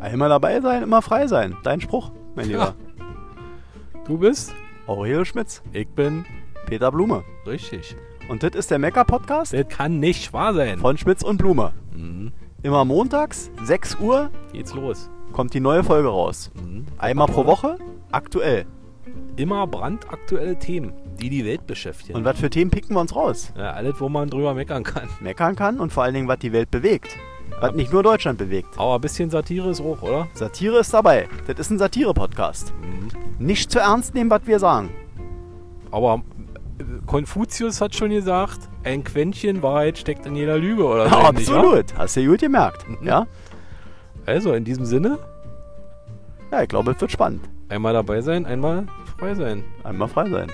Einmal dabei sein, immer frei sein. Dein Spruch, mein Ja. Lieber. Du bist? Aurelio Schmitz, Ich bin Peter Blume. richtig. Und das ist der Mecker-Podcast Das kann nicht wahr sein. von Schmitz und Blume. Mhm. Immer montags, 6 Uhr, Geht's los. kommt die neue Folge raus. Mhm. Einmal pro Woche, aktuell. Immer brandaktuelle Themen, die die Welt beschäftigen. Und was für Themen picken wir uns raus? ja, alles, wo man drüber meckern kann. Meckern kann und vor allen Dingen, was die Welt bewegt. Was nicht nur Deutschland bewegt. Aber ein bisschen Satire ist hoch, oder? Satire ist dabei. Das ist ein Satire-Podcast. Mhm. Nicht zu ernst nehmen, was wir sagen. Aber äh, Konfuzius hat schon gesagt, ein Quäntchen Wahrheit steckt in jeder Lüge, oder? Mhm. so ähnlich, wa? Absolut. Hast du gut gemerkt. Ja? Also, in diesem Sinne, Ja, ich glaube, es wird spannend. einmal dabei sein, einmal frei sein. Einmal frei sein.